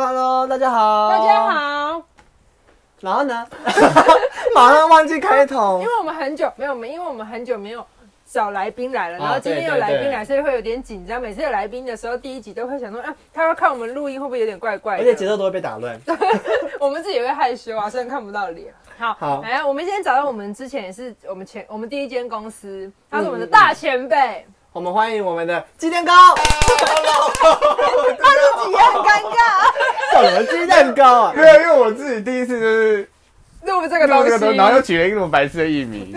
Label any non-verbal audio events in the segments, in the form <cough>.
家好，大家。好，然后呢， <laughs> 马上忘记开头因。为我们很久没有，我们因为我们很久没有找来宾来了，哦然后今天对有对来宾对来，所以会有点紧张。每次有来宾的时候，第一集都会想说，啊，他要看我们录音会不会有点怪怪而且节的？奏都会被打乱，我们自己也会害羞啊，虽然看不到脸。好，好哎，我们今天找到我们之前也是我们前我们第一间公司，他是我们的大前辈，我们欢迎我们的鸡蛋糕。他嗯自己也很哎尴尬，什么鸡蛋糕啊？ <laughs> 没有，因为我自己第一次就是录 <laughs> 这个录东这个东西，然后西又。取了一个那么白痴的艺名，因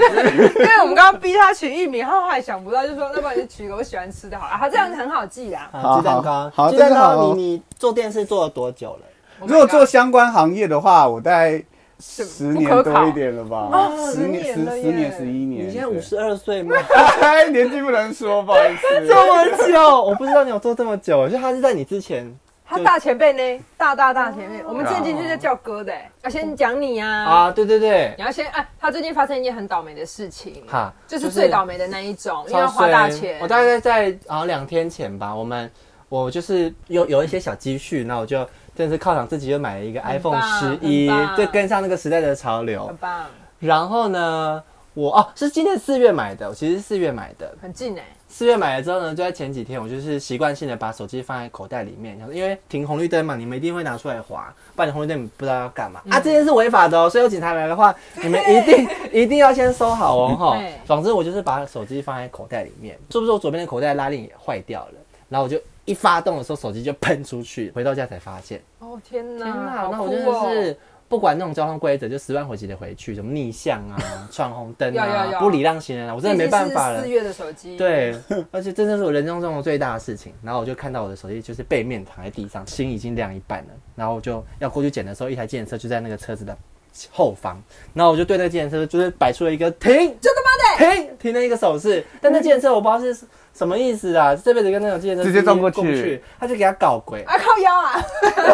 为我们刚刚逼他取艺名，他后来想不到，就说那不然就取一个我喜欢吃的好了。他这样子很好记啊啦。好，鸡蛋糕，好好鸡蛋大家好糕，你你做电视做了多久了？ Oh my <laughs> 如果 God 做相关行业的话，我大概十年不可考多一点了吧哦，十十年年十了耶十年十一年。你现在对五，十二岁吗？哎 <laughs> 年纪不能说，不好意 <laughs> 思。这么久，我不知道你有做这么久，就他是在你之前他大前辈呢，大大大前辈，我们之前进去在叫哥的、欸，要先讲你啊，哦啊，对对对你，要先哎、他最近发生一件很倒霉的事情，哈，就是最倒霉的那一种，因为要花大钱，我大概在好像两天前吧，我们我就是有有一些小积蓄，那我就真的是犒赏自己，就买了一个很 iPhone 棒十一很，棒嗯就跟上那个时代的潮流很。棒，然后呢，我哦是今年四月买的，我其实是四月买的。很近哎、四月买了之后呢，就在前几天，我就是习惯性的把手机放在口袋里面，想说因为停红绿灯嘛，你们一定会拿出来划，不然你红绿灯你不知道要干嘛、嗯啊，这件是违法的哦，所以有警察来的话，你 <laughs> 们一定一定要先收好哦哈对。总之我就是把手机放在口袋里面，是不是我左边的口袋拉链也坏掉了？然后我就一发动的时候，手机就喷出去，回到家才发现，哦天哪，天哪好！那酷我哦真的是不管那种交通规则，就十万回击的回去，什么逆向 <laughs> 啊、闯红灯要要啊、要不礼让行人啊，我真的没办毕竟法了是四。月的手机，， <laughs> 对，而且这真的是我人生中的最大的事情。然后我就看到我的手机就是背面躺在地上，心已经凉一半了。然后我就要过去捡的时候，一台计程车就在那个车子的后方。然后我就对那个计程车就是摆出了一个停，就他妈的、停停的一个手势，但那计程车我不知道是什么意思啊，这辈子跟那种计程车直接撞过去去，他就给他搞鬼。啊靠腰 <laughs> 啊，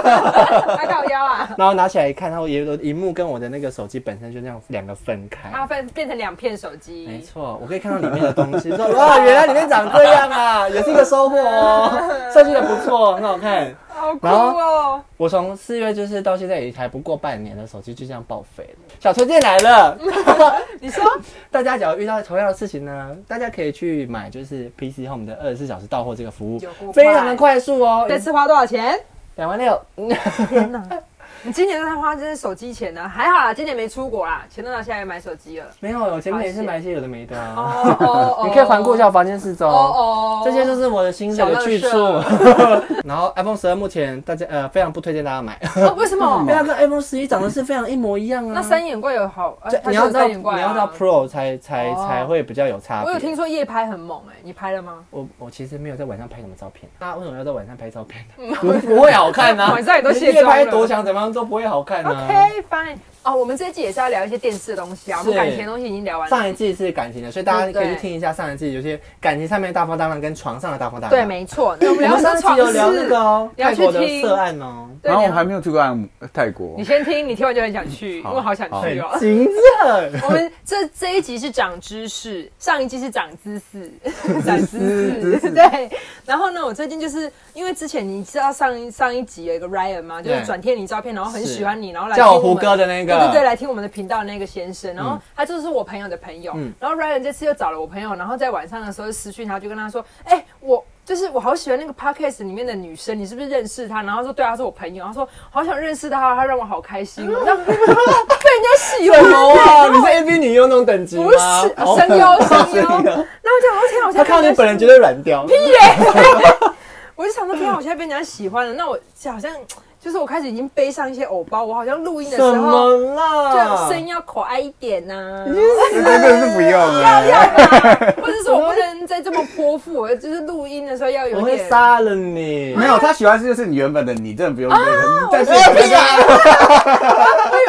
啊靠腰啊，然后拿起来一看，然后也有荧幕跟我的那个手机本身就那样两个分开。他变变成两片手机，没错，我可以看到里面的东 <laughs> 西，说哇，原来里面长这样啊，也是一个收 <laughs> 获哦，设计的不错，很好看。好酷哦，我从四月就是到现在也才不过半年的手机就这样报废了。小推荐来了， <laughs> 你说大家只要遇到同样的事情呢，大家可以去买就是 PC Home 的二十四小时到货这个服务有多，快非常的快速哦，这次花多少钱？两万六。天哪！你今年在花这些手机钱呢、还好啦，今年没出国啦，钱都拿下来买手机了。没有，我前面也是买一些有的没的啊。哦哦你可以环顾一。下房间四周。哦哦，这些就是我的薪水的去处小乐。 <laughs> 然后 iPhone 十二目前大家呃非常不推荐大家买，哦为什么因为？它 <laughs> 跟 iPhone 十一长得是非常一模一样啊。那三眼怪有好，呃这它你是要有到三眼你怪要到啊。 Pro 才才哦才会比较有差我有别听。说夜拍很猛哎，你拍了吗？我我其实没有在晚上拍什么照片，大家为什么要在晚上拍照 <laughs> 片呢？不不会好看啊！晚上也都卸你夜妆拍了多强怎么样都不会好看啊。 OK fine。哦，我们这一季也是要聊一些电视的东西啊，我们是感情的东西已经聊完了。上一季是感情的，所以大家对可对以去听一下上一季，有些感情上面的大风大浪跟床上的大风大浪。对，没错。那我们聊我们上的一是集床有聊那事个。哦，要泰去国的听色案哦。对然后我你要还没有去过按摩泰国 <laughs> 你，先听，你听完就很想去，因好为我好想去哦。行政。 <laughs> 我们这这一集是长知识，上一集是长知 <laughs> 识，长知知识。识对，然后呢，我最近就是因为之前你知道上一上一集有一个 Ryan 嘛，就是对转贴你照片，然后很喜欢你，然后来叫我听胡们歌的那个对对对，来听我们的频道的那个先生，然后他就是我朋友的朋友，嗯然后 Ryan 这次又找了我朋友，然后在晚上的时候私讯他，就跟他说，哎、我。就是我好喜欢那个 podcast 里面的女生，你是不是认识她？然后他说对啊，她是我朋友。他说好想认识她，她让我好开心哦。然后 <laughs> 被人家喜欢什欸，么啊？你是 A B 女优那种等级吗？不是啊哦声优，声优。声优然后我就想说，天啊，我现他在看到你本人嗯绝得，对软掉。我就想说，天啊，我现在被人家喜欢了。那我好像就是我开始已经背上一些偶包，我好像录音的时什么候就啦？声音要可爱一点 <laughs> 呐、真的是不啊用了。或者是我不能再这么泼妇，我就是录音的时候要我有会点。杀了你没。有，他喜欢是就是你原本的你，真的不用这个。但是我以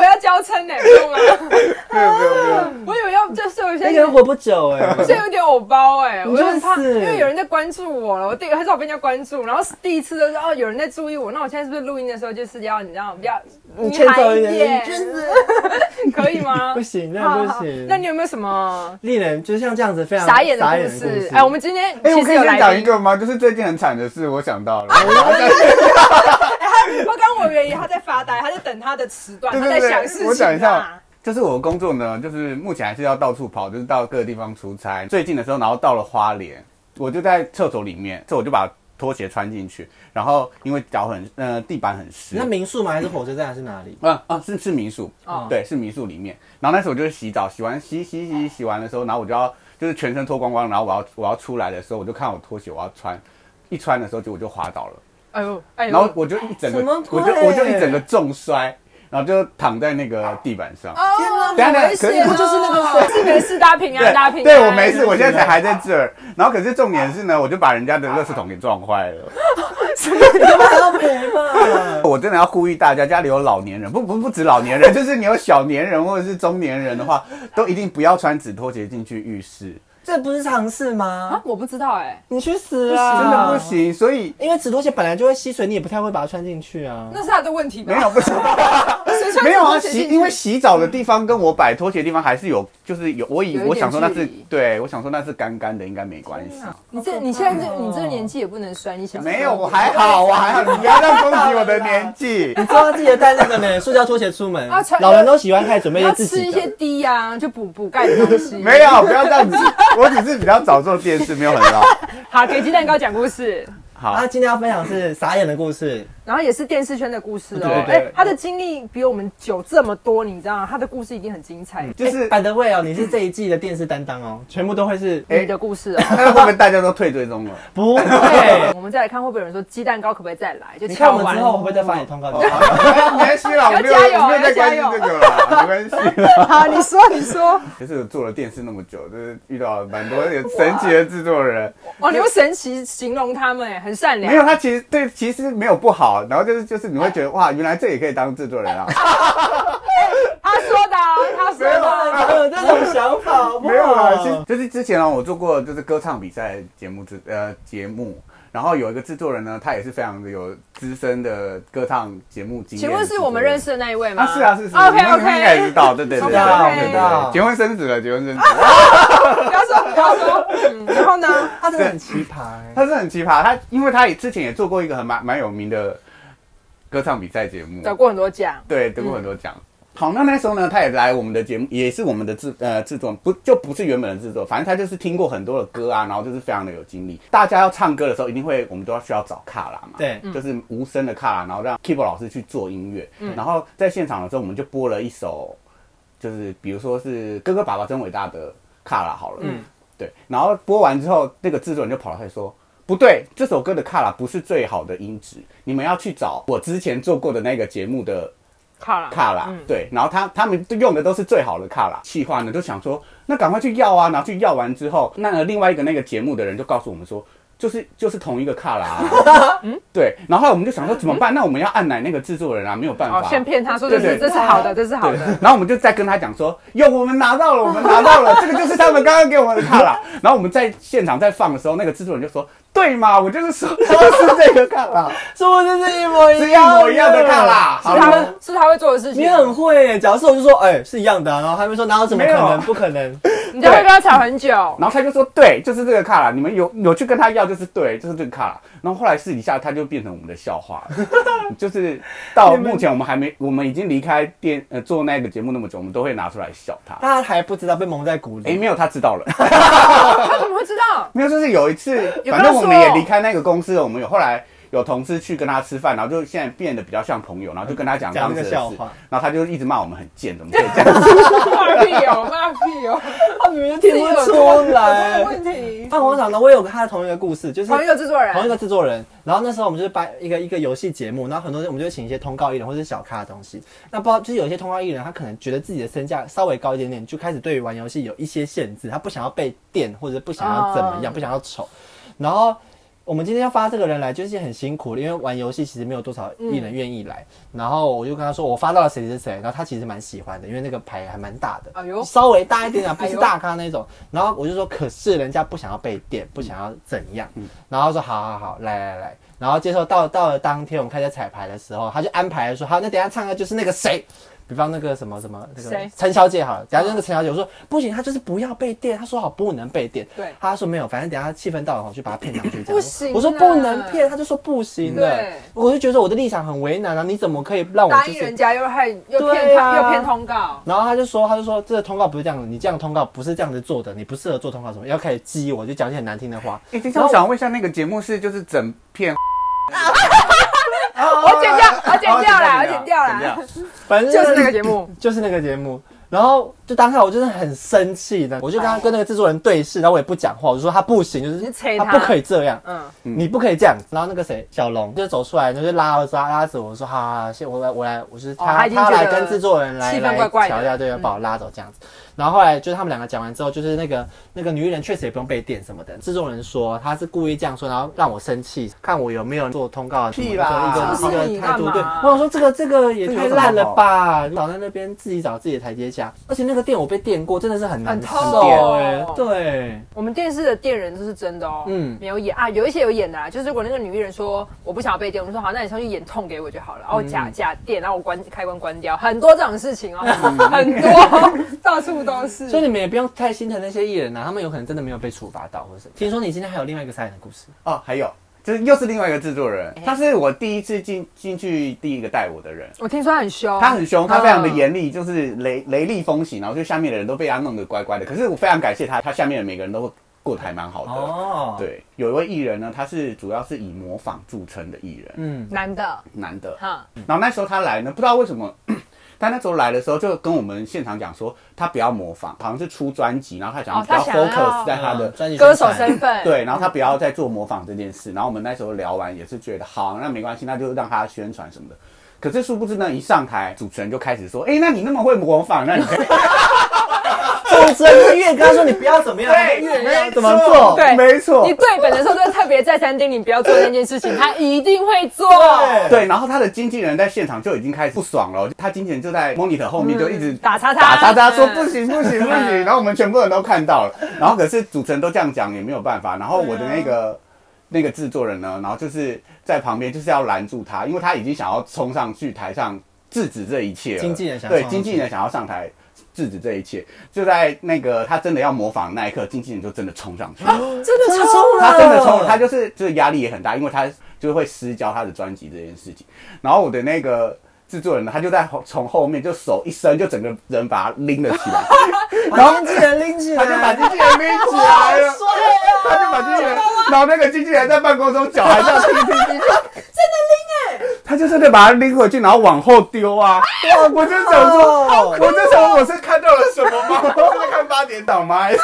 为要娇嗔呢、不用 <laughs> 吗？没有没有没有，我以为要就是有那些个。人活不久哎。这有点偶包哎、你我就很怕，就是因为有人在关注我了。我第很少被人家关注，然后第一次都是哦，有人在注意我。那我现在是不是录音的时候就是要你知道比较你欠揍一女孩一点，你点就是可以吗？不行，好那好不行。那你有没有什么令人就是像这样子非常傻眼的故傻眼事？哎，我们今天哎，其我可实以有先来讲一宾，个吗？就是最近很惨的事，我想到了。他他跟我六月一，他在发呆，他在等他的时段，对他对在对想事情、啊。我讲一下，就是我的工作呢，就是目前还是要到处跑，就是到各个地方出差。最近的时候，然后到了花莲，我就在厕所里面，所以我就把拖鞋穿进去，然后因为脚很呃地板很湿，那民宿吗？还是火车站？还是哪里？啊啊，是是民宿，哦对，是民宿里面。然后那时候我就是洗澡，洗完洗洗洗洗完的时候，然后我就要就是全身脱光光，然后我要我要出来的时候，我就看我拖鞋我要穿，一穿的时候就我就滑倒了，哎呦，哎呦，然后我就一整个什么我鬼就我就一整个重摔，然后就躺在那个地板上。哦好天哪等一下危可是险不就是那个哦没事没事，大家平安，大家平安。对我没事，我现在才还在这儿。然后可是重点是呢，我就把人家的垃圾桶给撞坏 <laughs> 了。干嘛要赔嘛？我真的要呼吁大家，家里有老年人，不不不止老年人， <laughs> 就是你有小年人或者是中年人 <laughs> 的话，都一定不要穿纸拖鞋进去浴室，这不是常事啊吗？，我不知道哎、你去死真啊！的不，行。所以因为纸拖鞋本来就会吸水，你也不太会把它穿进去啊。那是他的问题吧？没 <laughs> 有不行，谁穿没有啊，拖鞋进洗去因为洗澡的地方跟我摆拖鞋的地方还是有，就是有我以有一点我想说那距是离对我想说那是干干的，应该没关系。你这你现在这你这个年纪也不能摔，你想没有，我还好，我还好，你不要再攻击我的年纪。你知道记得带那个呢，塑胶拖鞋出门啊穿，老人都喜欢开始准备要自吃己一些的。低呀、就补补钙的东西。没有，不要这样子，我只是比较早做电视，没有很老。好，给鸡蛋糕讲故事，好啊，，今天要分享是傻眼的故事，然后也是电视圈的故事哦。对哎、对对他的经历比我们久这么多，你知道吗？他的故事一定很精彩。就是百德味哦，你是这一季的电视担当哦，全部都会是哎你的故事哦。那会不会大家都退追踪 <laughs> 了？不对哎会，。我们再来看会不会有人说鸡蛋糕可不可以再来？就你看敲我们完之后，我会不会再发你通告给你？哎没事啦，我没有，要加油我没有在关心这个啦，没关系啦。好，你说你说，就是做了电视那么久，就是遇到蛮多神奇的制作人，哦，你用神奇形容他们，哎，很善良。没有他其实对其实没有不好，然后就是就是你会觉得哇，原来这也可以当制作人 <laughs> 啊，哦他说的哦，他说的哦。有啊这种想法好不好没有啦，其实就是之前啊，我做过就是歌唱比赛节目制呃节目。然后有一个制作人呢，他也是非常的有资深的歌唱节目经验。请问是我们认识的那一位吗？啊？是啊，是是。 OK 你们应该也 OK，知道，对对对知对道对对知道对。结婚生子了，结婚 <laughs> 生子。不要说不要说，嗯，然后呢？他真的很奇葩欸。他是很奇葩，他因为他也之前也做过一个很蛮蛮有名的歌唱比赛节目，得过很多奖，对，得过很多奖。好，那那时候呢，他也来我们的节目，也是我们的制呃制作，不就不是原本的制作，反正他就是听过很多的歌啊，然后就是非常的有经历。大家要唱歌的时候，一定会我们都要需要找卡拉嘛，对就是无声的卡拉，然后让 keyboard 老师去做音乐，然后在现场的时候，我们就播了一首，就是比如说是《哥哥爸爸真伟大》的卡拉好了，嗯对，然后播完之后，那个制作人就跑来说。不对，这首歌的卡拉不是最好的音质，你们要去找我之前做过的那个节目的卡了卡啦，对，然后他他们都用的都是最好的卡啦，气话呢就想说，那赶快去要啊，然后去要完之后，那另外一个那个节目的人就告诉我们说，就是就是同一个卡啦、 <laughs> 对，然后后来我们就想说怎么办？那我们要按奶那个制作人啊，没有办法，哦，先骗他说这对是对这是好的，这是好对的。，然后我们就再跟他讲说，哟，我们拿到了，我们拿 <laughs> 到了，这个就是他们刚刚给我们的卡啦。然后我们在现场在放的时候，那个制作人就说，对嘛，我就是说就是这个卡啦，是不是是一模是一一模一样的卡啦，是好他了。会是他会做的事情，你很会欸，假如是我就说，哎，是一样的啊，然后他们说哪有怎么可没有能，不可能，你就会跟他吵很久。然后他就说：“对，就是这个卡啦，你们有有去跟他要，就是对，就是这个卡啦。”然后后来私底下他就变成我们的笑话了，就是到目前我们还没，我们已经离开电呃做那个节目那么久，我们都会拿出来笑他。他还不知道被蒙在鼓诶，里。哎没有，他知道了， <laughs> 他怎么会知道？没有，就是有一次，有跟反他正说我们也离开那个公司了，我们有后来。有同事去跟他吃饭，然后就现在变得比较像朋友，然后就跟他讲讲当那时个的事，笑话然后他就一直骂我们很贱，怎么可以这样子？骂屁 <laughs> 哦，骂屁哦，他明明就听不出来有。问题。放广场呢，我也有跟他的同一个故事，就是同一哎个制作同人，一个制作人，然后那时候我们就是办一个一个游戏节目，然后很多人我们就会请一些通告艺人或是小咖的东西。那包就是有一些通告艺人，他可能觉得自己的身价稍微高一点点，就开始对于玩游戏有一些限制，他不想要被电，或者不想要怎么样，哦不想要丑。然后我们今天要发这个人来，就是很辛苦的，因为玩游戏其实没有多少艺人愿意来。然后我就跟他说，我发到了谁谁谁，然后他其实蛮喜欢的，因为那个牌还蛮大的，哎呦稍微大一点点，<laughs> 不哎是呦大咖那种。然后我就说，可是人家不想要被嗯电，不想要怎样。然后他说好好好，来来来。然后接受到到了当天，我们开始彩排的时候，他就安排了说，好，那等一下唱的就是那个谁，比方那个什么什么那个谁陈小姐好了，假如那个陈小姐我说不行，她就是不要被电，她说好不能被电，对她说没有，反正等下气氛到了我去把她骗上去，<laughs> 这样不行我说啊不能骗，她就说不行了对，我就觉得我的立场很为难啊，你怎么可以让我答就应是人家又害又对骗啊他又骗通告，然后他就说，他就说这个通告不是这样的，你这样通告不是这样子做的，你不适合做通告什么，要开始激我，就讲一些很难听的话。哎、等一下，我想问一下，那个节目是就是整 <laughs> 片？我剪掉，我剪掉啦，我哦剪掉啦，反正就是那个节目，就是那个节目。然后就当下我真的很生气的，我就跟他跟那个制作人对视，然后我也不讲话，我就说他不行，就是你催他他啊不可以这样。嗯，嗯你不可以这样。然后那个谁，小龙就走出来，就是拉我拉拉着我说：“好好，好先我来，我来，我是他，哦他已经他觉来得跟制作人来气氛来怪怪的调一下，对，要把我拉走这样子。”然后后来就是他们两个讲完之后，就是那个那个女艺人确实也不用被电什么的。制作人说他是故意这样说，然后让我生气，看我有没有做通告什么的屁一啦个是一你个态度。干嘛对，我想说这个这个也这有太什么烂了好吧，老在那边自己找自己的台阶下。而且那个店我被电过，真的是很难很受痛哎哦对，我们电视的电人都是真的哦，嗯嗯，没有演啊，有一些有演的啊，就是如果那个女艺人说我不想要被电，我们说好，那你上去演痛给我就好了，然后假假电，然后我关开关关掉，很多这种事情哦，很多到处都是所以。你们也不用太心疼那些艺人啊，他们有可能真的没有被处罚到，或者是听说你今天还有另外一个杀人的故事，哦，还有，就是又是另外一个制作哎人，他是我第一次进进去第一个带我的人。我听说他很凶，他很凶，他非常嗯的严厉，就是雷雷厉风行，然后就下面的人都被他弄得乖乖的。可是我非常感谢他，他下面的每个人都过得还蛮好的。哦对，有一位艺人呢，他是主要是以模仿著称的艺人，嗯，男的，男的。哈，然后那时候他来呢，不知道为什么， <clears throat> 他那时候来的时候就跟我们现场讲说，他不要模仿，好像是出专辑，然后他想要哦比较他想要哦 focus 在他的专辑歌手身份，对，然后他不要再做模仿这件事。然后我们那时候聊完也是觉得好，那没关系，那就让他宣传什么的。可是殊不知呢，一上台主持人就开始说：“哎、那你那么会模仿，那你可以主持人越跟他说你不要怎么样，<laughs> 他就越要没怎么做，对没 <laughs> 错你，对本的时候都特别再三叮咛不要做那件事情，他一定会做。对对。然后他的经纪人在现场就已经开始不爽了，他经纪人就在 monitor 后嗯面就一直打叉叉，打叉叉说嗯不行不行不行，然后我们全部人都看到了，然后可是主持人都这样讲也没有办法，然后我的那个那个制作人呢，然后就是在旁边就是要拦住他，因为他已经想要冲上去台上制止这一切了，经纪人想要对冲上去经纪人想要上台。制止这一切，就在那个他真的要模仿的那一刻，经纪人就真的冲上 <laughs> 去，嗯真的真的超冲了他真的冲，他就是就是压力也很大，因为他就会失焦他的专辑这件事情。然后我的那个制作人呢，他就在后从后面就手一伸，就整个人把他拎了起来，然后把经纪人拎起 <laughs> 他就把来，经纪人拎起来了，他就把经纪人，然后那个经纪人在半空中脚还这样踢踢踢，真的拎哎，他就真的把他拎回去，然后往后丢啊，我就想说，我就想我是看到了什么吗？我是在看八点档吗？还是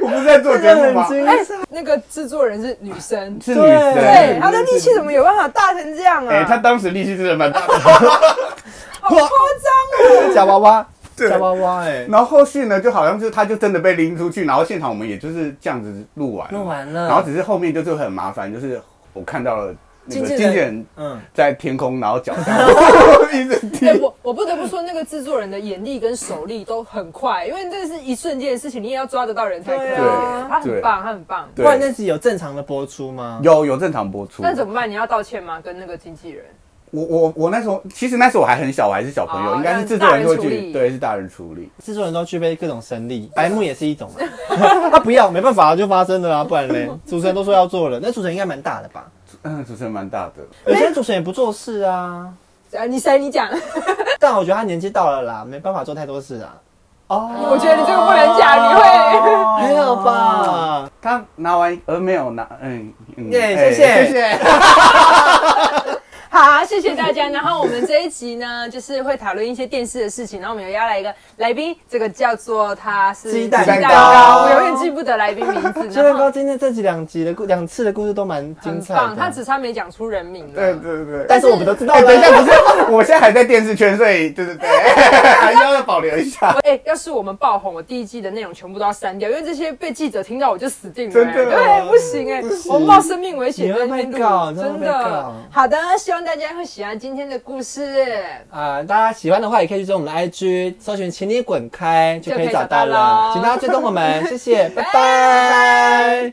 我不是在做真节的目吗很？精哎，那个制作人是女生，是女生，对，她的力气怎么有办法大成这样哎、嗯啊？他当时力气真的蛮大的。好夸张哦！ <laughs> 神，假娃娃， <laughs> 对假娃娃，哎，然后后续呢，就好像是他就真的被拎出去，然后现场我们也就是这样子录完，录完嗯了然后只是后面就是很麻烦，就是我看到了那经个纪人经纪人嗯，在天空，然后脚下 <laughs> 一直踢哎、。我我不得不说，那个制作人的眼力跟手力都很快，因为这是一瞬间的事情，你也要抓得到人才可以。对啊他很棒，他很棒。不然那对，集有正常的播出吗？有有正常播出。那怎么办？你要道歉吗？跟那个经纪人？我我我那时候其实那时候我还很小，我还是小朋友，哦应该是制作人大人会处去，理对，是大人处理。制作人都具备各种神 <laughs> 力，白目也是一种啊。他不要，没办法啊，就发生了啊，不然嘞，主持人都说要做了，那主持人应该蛮大的吧？嗯，主持人蛮大的，有些主持人也不做事啊。啊，你谁？你讲。但我觉得他年纪到了啦，没办法做太多事啊。哦我觉得你这个不能讲，你会。还有？吧，他拿完呃没有拿，嗯嗯，耶哎谢谢谢谢。 <laughs> 好，谢谢大家。然后我们这一集呢，就是会讨论一些电视的事情。然后我们有邀来一个来宾，这个叫做他是鸡蛋糕我永远记不得来宾名字。 <laughs> 鸡蛋糕今天这几两集的故两次的故事都蛮精很彩棒，的，他只差没讲出人名了。对对对。但是我们都知道哎、了。等 <laughs> 一下，不是，我现在还在电视圈，所以对对对，还是要保留一下。哎、要是我们爆红，我第一季的内容全部都要删掉，因为这些被记者听到我就死定了、真的对，不行哎、我冒生命危险你在会那边被告录，你会真被告的。好的，希望大家会喜欢今天的故事，啊、大家喜欢的话也可以去追我们的 IG，搜寻“请你滚开”就可以找到就可以找到了，咯请大家追踪我们，谢谢，拜拜。